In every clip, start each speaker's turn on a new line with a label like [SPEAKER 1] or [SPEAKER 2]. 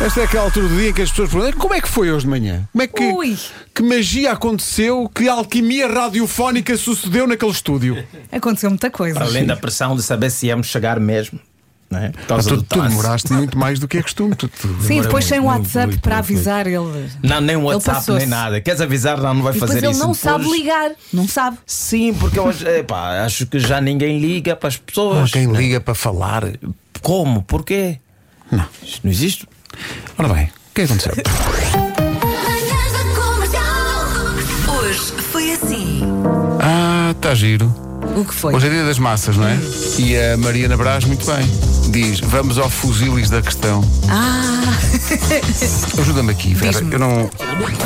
[SPEAKER 1] Esta é aquela altura do dia em que as pessoas perguntam como é que foi hoje de manhã? Como é que,
[SPEAKER 2] Ui.
[SPEAKER 1] que magia aconteceu? Que alquimia radiofónica sucedeu naquele estúdio?
[SPEAKER 2] Aconteceu muita coisa.
[SPEAKER 3] Para além da pressão de saber se íamos chegar mesmo. Não é? Por causa
[SPEAKER 1] Então, tu,
[SPEAKER 3] do
[SPEAKER 1] tu
[SPEAKER 3] táxi.
[SPEAKER 1] demoraste muito mais do que é costume. Tu, tu-
[SPEAKER 2] Sim, depois sem o
[SPEAKER 4] muito,
[SPEAKER 2] WhatsApp
[SPEAKER 4] muito,
[SPEAKER 2] para
[SPEAKER 4] muito,
[SPEAKER 2] avisar ele.
[SPEAKER 3] Não, nem um WhatsApp,
[SPEAKER 2] passou-se.
[SPEAKER 3] nem nada. Queres avisar? Não, não vai
[SPEAKER 2] E depois
[SPEAKER 3] fazer
[SPEAKER 2] ele
[SPEAKER 3] isso.
[SPEAKER 2] não
[SPEAKER 3] Depois-
[SPEAKER 2] sabe ligar. Não sabe.
[SPEAKER 3] Sim, porque hoje, epá, acho que já ninguém liga para as pessoas.
[SPEAKER 1] Quem liga para falar?
[SPEAKER 3] Como? Porquê?
[SPEAKER 1] Não.
[SPEAKER 3] Isto não existe.
[SPEAKER 1] Ora bem, o que é que aconteceu?
[SPEAKER 5] Manhãs da Comercial.
[SPEAKER 6] Hoje foi assim.
[SPEAKER 4] Ah, está giro.
[SPEAKER 2] O que foi?
[SPEAKER 4] Hoje é dia das massas, não é? E a Mariana Brás, muito bem, diz: vamos ao fusilis da questão. Ah! Ajuda-me aqui, Vera. Eu não.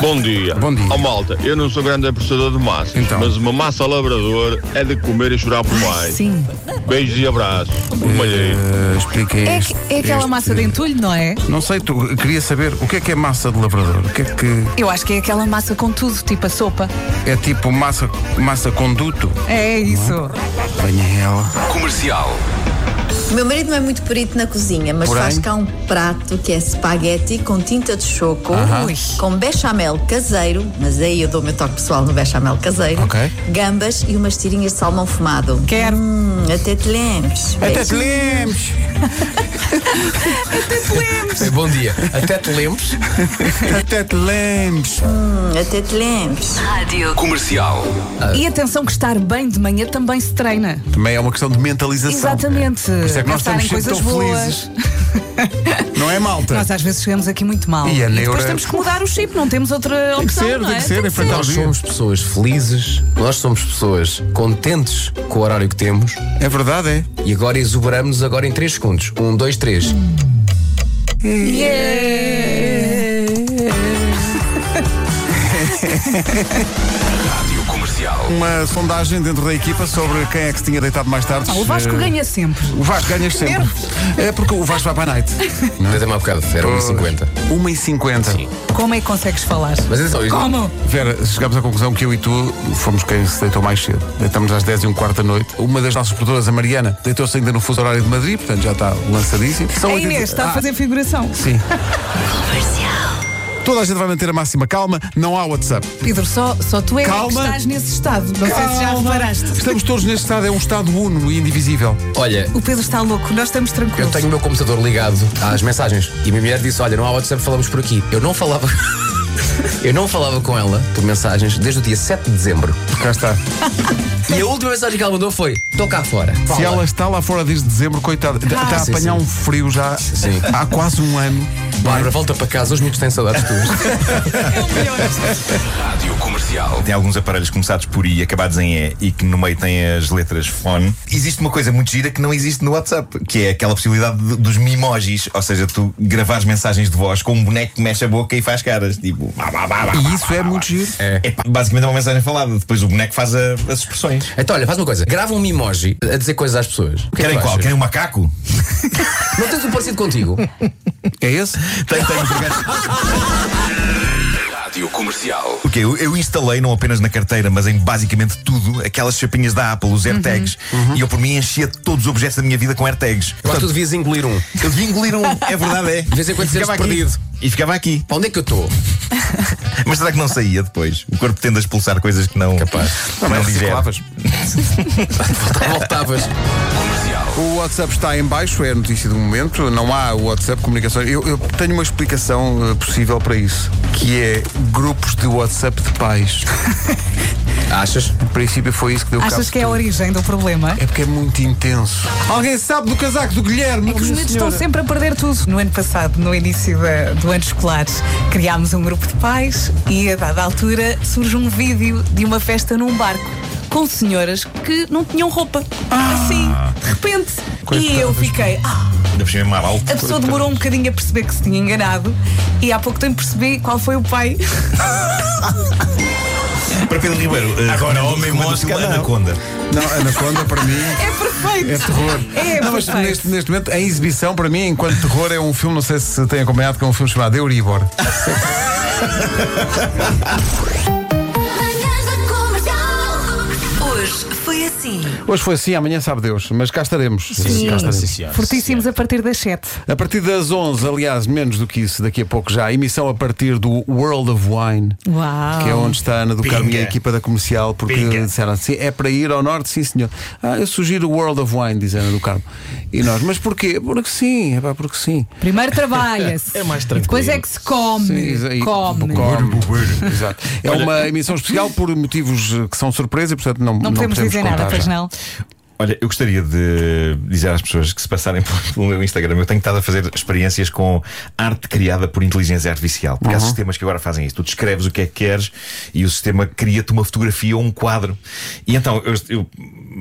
[SPEAKER 7] Bom dia.
[SPEAKER 4] Bom dia.
[SPEAKER 7] Ó malta, eu não sou grande apreciador de massas,
[SPEAKER 4] Então.
[SPEAKER 7] mas uma massa labrador é de comer e chorar por mais.
[SPEAKER 2] Sim.
[SPEAKER 7] Beijos e abraços. Malheiro.
[SPEAKER 4] Eh, explica
[SPEAKER 2] É,
[SPEAKER 4] este-
[SPEAKER 2] é aquela
[SPEAKER 4] este-
[SPEAKER 2] massa de entulho, não é?
[SPEAKER 4] Não sei, tu eu queria saber o que é que é massa de lavrador? O que é que.
[SPEAKER 2] Eu acho que é aquela massa com tudo, tipo a sopa.
[SPEAKER 4] É tipo massa, massa conduto?
[SPEAKER 2] É isso.
[SPEAKER 4] Venha ela.
[SPEAKER 8] O meu marido não é muito perito na cozinha, mas
[SPEAKER 4] Porém?
[SPEAKER 8] faz cá um prato que é espaguete com tinta de choco,
[SPEAKER 2] Ui.
[SPEAKER 8] com bechamel caseiro, mas aí eu dou o meu toque pessoal no bechamel caseiro,
[SPEAKER 4] Ok.
[SPEAKER 8] gambas e umas tirinhas de salmão fumado.
[SPEAKER 2] Quero.
[SPEAKER 8] Hum, até te lembres.
[SPEAKER 4] Até
[SPEAKER 8] Beijo.
[SPEAKER 4] te lemos! É
[SPEAKER 9] Bom dia. Até te lemos.
[SPEAKER 4] Até te lemos!
[SPEAKER 8] Hum, até te lembres.
[SPEAKER 6] Rádio.
[SPEAKER 2] E atenção que estar bem de manhã também se treina.
[SPEAKER 4] Também é uma questão de mentalização.
[SPEAKER 2] Exatamente.
[SPEAKER 4] Por isso é que nós
[SPEAKER 2] Pensar
[SPEAKER 4] estamos
[SPEAKER 2] em
[SPEAKER 4] sempre
[SPEAKER 2] coisas
[SPEAKER 4] tão
[SPEAKER 2] boas.
[SPEAKER 4] felizes. Não é, malta?
[SPEAKER 2] Nós às vezes chegamos aqui muito mal.
[SPEAKER 4] E a
[SPEAKER 2] depois
[SPEAKER 4] neura-
[SPEAKER 2] temos que mudar o chip, não temos outra opção.
[SPEAKER 1] Tem que ser,
[SPEAKER 2] não
[SPEAKER 1] tem
[SPEAKER 2] é?
[SPEAKER 1] que ser, enfrentar o
[SPEAKER 9] Nós
[SPEAKER 1] dia.
[SPEAKER 9] somos pessoas felizes, nós somos pessoas contentes com o horário que temos
[SPEAKER 4] É verdade, é?
[SPEAKER 9] e agora exuberamos agora em 3 segundos. 1, 2, 3.
[SPEAKER 4] Uma sondagem dentro da equipa sobre quem é que se tinha deitado mais tarde.
[SPEAKER 2] Ah, o Vasco
[SPEAKER 4] Eh,
[SPEAKER 2] ganha sempre.
[SPEAKER 4] O Vasco ganhas sempre. É porque o Vasco vai para a night.
[SPEAKER 9] Até-me há bocado, era 1,50.
[SPEAKER 4] 1h50.
[SPEAKER 2] Como é que consegues falar?
[SPEAKER 9] Mas atenção, isto-
[SPEAKER 2] Como?
[SPEAKER 4] Vera, chegámos à conclusão que eu e tu fomos quem se deitou mais cedo. Deitamos às 10 e um quarto da noite. Uma das nossas produtoras, a Mariana, deitou-se ainda no fuso horário de Madrid, portanto já está lançadíssimo. São
[SPEAKER 2] A
[SPEAKER 4] 80
[SPEAKER 2] É Inês tá? está
[SPEAKER 4] Ah,
[SPEAKER 2] a fazer figuração.
[SPEAKER 4] Sim. Toda a gente vai manter a máxima calma, não há WhatsApp.
[SPEAKER 2] Pedro, só, só tu é que
[SPEAKER 4] Calma.
[SPEAKER 2] estás nesse estado. Não sei se já reparaste.
[SPEAKER 4] Estamos todos neste estado, é um estado uno e indivisível.
[SPEAKER 9] Olha,
[SPEAKER 2] O Pedro está louco, nós estamos
[SPEAKER 9] eu
[SPEAKER 2] tranquilos.
[SPEAKER 9] tenho o meu computador ligado às mensagens e a minha mulher disse: Olha, não há WhatsApp, falamos por aqui. Eu não falava. Eu não falava com ela por mensagens desde o dia 7 de dezembro.
[SPEAKER 4] Cá está.
[SPEAKER 9] E a última mensagem que ela mandou foi: Estou cá fora.
[SPEAKER 4] Se
[SPEAKER 9] Fala."
[SPEAKER 4] ela está lá fora desde dezembro, coitada,
[SPEAKER 2] Ah,
[SPEAKER 4] está a
[SPEAKER 9] sim,
[SPEAKER 4] apanhar
[SPEAKER 9] sim.
[SPEAKER 4] um frio já
[SPEAKER 9] Sim.
[SPEAKER 4] há quase um ano.
[SPEAKER 9] Bárbara, volta para casa, os miúdos têm saudades tuas.
[SPEAKER 10] Tem alguns aparelhos começados por I, acabados em E e que no meio têm as letras fone. Existe uma coisa muito gira que não existe no WhatsApp, que é aquela possibilidade de- dos mimojis, ou seja, tu gravares mensagens de voz com um boneco que mexe a boca e faz caras, tipo. "Bah, bah, bah, bah,
[SPEAKER 4] E
[SPEAKER 10] bah,
[SPEAKER 4] isso
[SPEAKER 10] bah,
[SPEAKER 4] é
[SPEAKER 10] bah,
[SPEAKER 4] muito
[SPEAKER 10] bah."
[SPEAKER 4] giro.
[SPEAKER 9] É.
[SPEAKER 10] É pá, basicamente é uma mensagem falada, depois o boneco faz a- as expressões.
[SPEAKER 9] Então, olha, faz uma coisa: grava um emoji a dizer coisas às pessoas. O que é que
[SPEAKER 10] Querem
[SPEAKER 9] tu
[SPEAKER 10] qual?
[SPEAKER 9] achas?
[SPEAKER 10] Querem um macaco?
[SPEAKER 9] Não tens um parecido contigo?
[SPEAKER 4] É esse?
[SPEAKER 10] Tem, tem, por acaso. O quê? Eu, eu instalei, não apenas na carteira, mas em basicamente tudo, aquelas chapinhas da Apple, os AirTags. E eu, por mim, enchia todos os objetos da minha vida com AirTags.
[SPEAKER 9] Eu acho que Uhum. tu devias engolir um.
[SPEAKER 10] Eu devia engolir um, é verdade, é. De
[SPEAKER 9] vez em quando seres perdido.
[SPEAKER 10] E ficava aqui.
[SPEAKER 9] Para onde é que eu estou?
[SPEAKER 10] Mas será que não saía depois? O corpo tende a expulsar coisas que não. Capaz. Não,
[SPEAKER 4] Mas
[SPEAKER 10] digere.
[SPEAKER 4] reciclavas.
[SPEAKER 9] Voltavas.
[SPEAKER 4] O WhatsApp está em baixo, é a notícia do momento. Não há o WhatsApp comunicações. Eu, eu tenho uma explicação eh, possível para isso, que é grupos de WhatsApp de pais.
[SPEAKER 9] Achas?
[SPEAKER 4] No princípio foi isso que deu cabo
[SPEAKER 2] Achas
[SPEAKER 4] de
[SPEAKER 2] que é a
[SPEAKER 4] tudo.
[SPEAKER 2] origem do problema?
[SPEAKER 4] É porque é muito intenso. Alguém sabe do casaco do Guilherme?
[SPEAKER 2] É que os miúdos estão sempre a perder tudo. No ano passado, no início da- do ano escolar, criámos um grupo de pais e, a dada altura, surge um vídeo de uma festa num barco com senhoras que não tinham roupa. Assim, de repente. e eu fiquei. "Ah."
[SPEAKER 10] Ainda por cima é mau.
[SPEAKER 2] a pessoa demorou um bocadinho a perceber que se tinha enganado e há pouco tempo percebi qual foi o pai.
[SPEAKER 10] Para Pedro Ribeiro, eh,
[SPEAKER 7] Agora,
[SPEAKER 10] recomendo-
[SPEAKER 7] homem
[SPEAKER 10] recomendo o
[SPEAKER 7] mosca,
[SPEAKER 10] filme
[SPEAKER 7] não.
[SPEAKER 10] Anaconda.
[SPEAKER 4] Não, Anaconda para mim
[SPEAKER 2] É perfeito!
[SPEAKER 4] é terror.
[SPEAKER 2] É
[SPEAKER 4] não, mas
[SPEAKER 2] perfeito.
[SPEAKER 4] neste, neste momento, a exibição para mim, enquanto terror, é um filme, não sei se têm acompanhado, que é um filme chamado Euribor.
[SPEAKER 5] Manhãs da Comercial.
[SPEAKER 6] Hoje foi
[SPEAKER 2] assim.
[SPEAKER 6] assim.
[SPEAKER 1] Hoje foi assim, amanhã sabe Deus, mas cá estaremos. Cá estaremos.
[SPEAKER 2] Fortíssimos a partir das 7.
[SPEAKER 1] A partir das 11, aliás, menos do que isso, daqui a pouco já, emissão a partir do World of Wine.
[SPEAKER 2] Uau.
[SPEAKER 1] Que é onde está a Ana do
[SPEAKER 9] Pinga.
[SPEAKER 1] Carmo e a equipa da comercial, porque
[SPEAKER 9] Pinga.
[SPEAKER 1] disseram assim: é para ir ao norte, sim senhor. Ah, eu sugiro o World of Wine, diz a Ana do Carmo. E nós, mas porquê? Porque sim, é pá, porque sim.
[SPEAKER 2] Primeiro trabalha-se. é mais tranquilo. Depois é que se come.
[SPEAKER 1] Sim, exa- e-
[SPEAKER 2] tipo, come.
[SPEAKER 1] Exato. É uma emissão especial por motivos eh, que são surpresa e, portanto, não,
[SPEAKER 2] Não, podemos dizer nada,
[SPEAKER 1] contar
[SPEAKER 2] pois
[SPEAKER 1] já.
[SPEAKER 2] não.
[SPEAKER 9] Olha, eu gostaria de dizer às pessoas que se passarem pelo- pelo meu Instagram, eu tenho estado a fazer experiências com arte criada por inteligência artificial. Porque há sistemas que agora fazem isso. Tu descreves o que é que queres e o sistema cria-te uma fotografia ou um quadro. E então, eu, eu,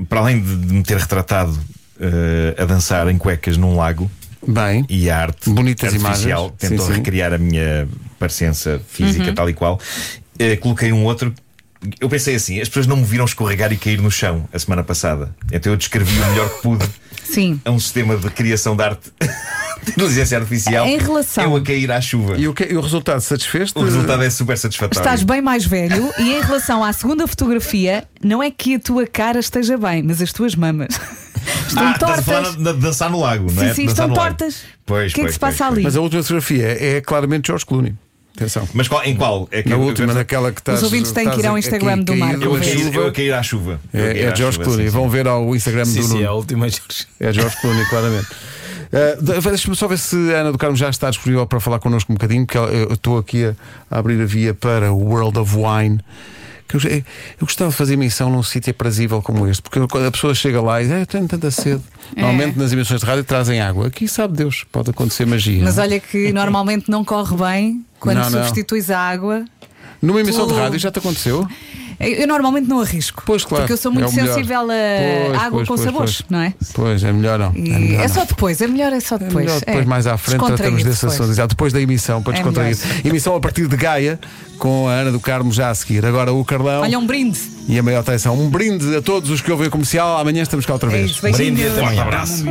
[SPEAKER 9] para além de, de me ter retratado eh, a dançar em cuecas num lago
[SPEAKER 1] Bem,
[SPEAKER 9] e a arte
[SPEAKER 1] Bonitas
[SPEAKER 9] artificial
[SPEAKER 1] imagens.
[SPEAKER 9] tentou
[SPEAKER 1] Sim, sim.
[SPEAKER 9] recriar a minha parecença física,
[SPEAKER 2] Uhum.
[SPEAKER 9] tal e qual, eh, coloquei um outro. Eu pensei assim: as pessoas não me viram escorregar e cair no chão a semana passada. Então eu descrevi o melhor que pude
[SPEAKER 2] Sim.
[SPEAKER 9] a um sistema de criação de arte de inteligência artificial
[SPEAKER 2] Em relação-
[SPEAKER 9] eu a cair à chuva.
[SPEAKER 1] e o, que- e o resultado satisfez?
[SPEAKER 9] O resultado é super satisfatório.
[SPEAKER 2] Estás bem mais velho e em relação à segunda fotografia, não é que a tua cara esteja bem, mas as tuas mamas estão
[SPEAKER 9] ah, estás a falar
[SPEAKER 2] tortas.
[SPEAKER 9] de dançar no lago, não
[SPEAKER 2] Sim,
[SPEAKER 9] é?
[SPEAKER 2] sim,
[SPEAKER 9] Dançar
[SPEAKER 2] estão
[SPEAKER 9] no lago.
[SPEAKER 2] tortas.
[SPEAKER 9] Pois,
[SPEAKER 2] O que é que
[SPEAKER 9] pois,
[SPEAKER 2] se passa
[SPEAKER 9] pois,
[SPEAKER 2] ali?
[SPEAKER 9] pois.
[SPEAKER 1] Mas a última fotografia é claramente George Clooney. Atenção.
[SPEAKER 9] Mas qual, em qual? É que
[SPEAKER 1] Na
[SPEAKER 9] eu- eu-
[SPEAKER 1] última, daquela que estás.
[SPEAKER 2] Os ouvintes têm
[SPEAKER 1] estás
[SPEAKER 2] que ir ao
[SPEAKER 1] aqui
[SPEAKER 2] Instagram do
[SPEAKER 1] caído
[SPEAKER 2] Marco
[SPEAKER 9] Eu a
[SPEAKER 1] na
[SPEAKER 9] cair,
[SPEAKER 1] chuva.
[SPEAKER 9] eu a cair à chuva. Eu a cair
[SPEAKER 1] É,
[SPEAKER 9] à
[SPEAKER 1] é George
[SPEAKER 9] chuva,
[SPEAKER 1] Clooney.
[SPEAKER 9] sim, é sim.
[SPEAKER 1] Vão ver ao Instagram do Nuno.
[SPEAKER 4] última, Jorge.
[SPEAKER 1] É George Clooney, claramente. Uh, de- Deixa-me só ver se a Ana do Carmo já está disponível para falar connosco um bocadinho, porque ela- eu estou aqui a, a abrir a via para o World of Wine. Que Eu, eh, eu gostava de fazer emissão num sítio aprazível como este, porque quando a pessoa chega lá e diz: "Ah, Eu tenho tanta sede.
[SPEAKER 2] É.
[SPEAKER 1] Normalmente nas emissões de rádio trazem água. Aqui, sabe Deus, pode acontecer magia.
[SPEAKER 2] Mas
[SPEAKER 1] não é?
[SPEAKER 2] olha que normalmente não corre bem quando
[SPEAKER 1] Não, não.
[SPEAKER 2] substituis a água.
[SPEAKER 1] Numa emissão de
[SPEAKER 2] tu-
[SPEAKER 1] rádio já te aconteceu?
[SPEAKER 2] Eu eu normalmente não arrisco.
[SPEAKER 1] Pois, claro,
[SPEAKER 2] Porque eu sou muito
[SPEAKER 1] é o melhor.
[SPEAKER 2] sensível
[SPEAKER 1] Pois,
[SPEAKER 2] a água
[SPEAKER 1] pois,
[SPEAKER 2] com
[SPEAKER 1] pois,
[SPEAKER 2] sabores,
[SPEAKER 1] pois.
[SPEAKER 2] não é?
[SPEAKER 1] Pois, é melhor não.
[SPEAKER 2] E
[SPEAKER 1] é melhor
[SPEAKER 2] é
[SPEAKER 1] não.
[SPEAKER 2] só depois, é melhor é só
[SPEAKER 1] É
[SPEAKER 2] depois.
[SPEAKER 1] melhor depois,
[SPEAKER 2] É.
[SPEAKER 1] mais à frente,
[SPEAKER 2] Descontrair
[SPEAKER 1] tratamos desse
[SPEAKER 2] depois.
[SPEAKER 1] assunto. Exato, depois da emissão, para
[SPEAKER 2] É
[SPEAKER 1] descontrair. Emissão a partir de Gaia, com a Ana do Carmo já a seguir. Agora o Carlão
[SPEAKER 2] Olha, um brinde.
[SPEAKER 1] e a maior atenção. Um brinde a todos os que ouvem o comercial. Amanhã estamos cá outra
[SPEAKER 2] É
[SPEAKER 1] vez.
[SPEAKER 2] isso, beijinhos.
[SPEAKER 9] Forte abraço.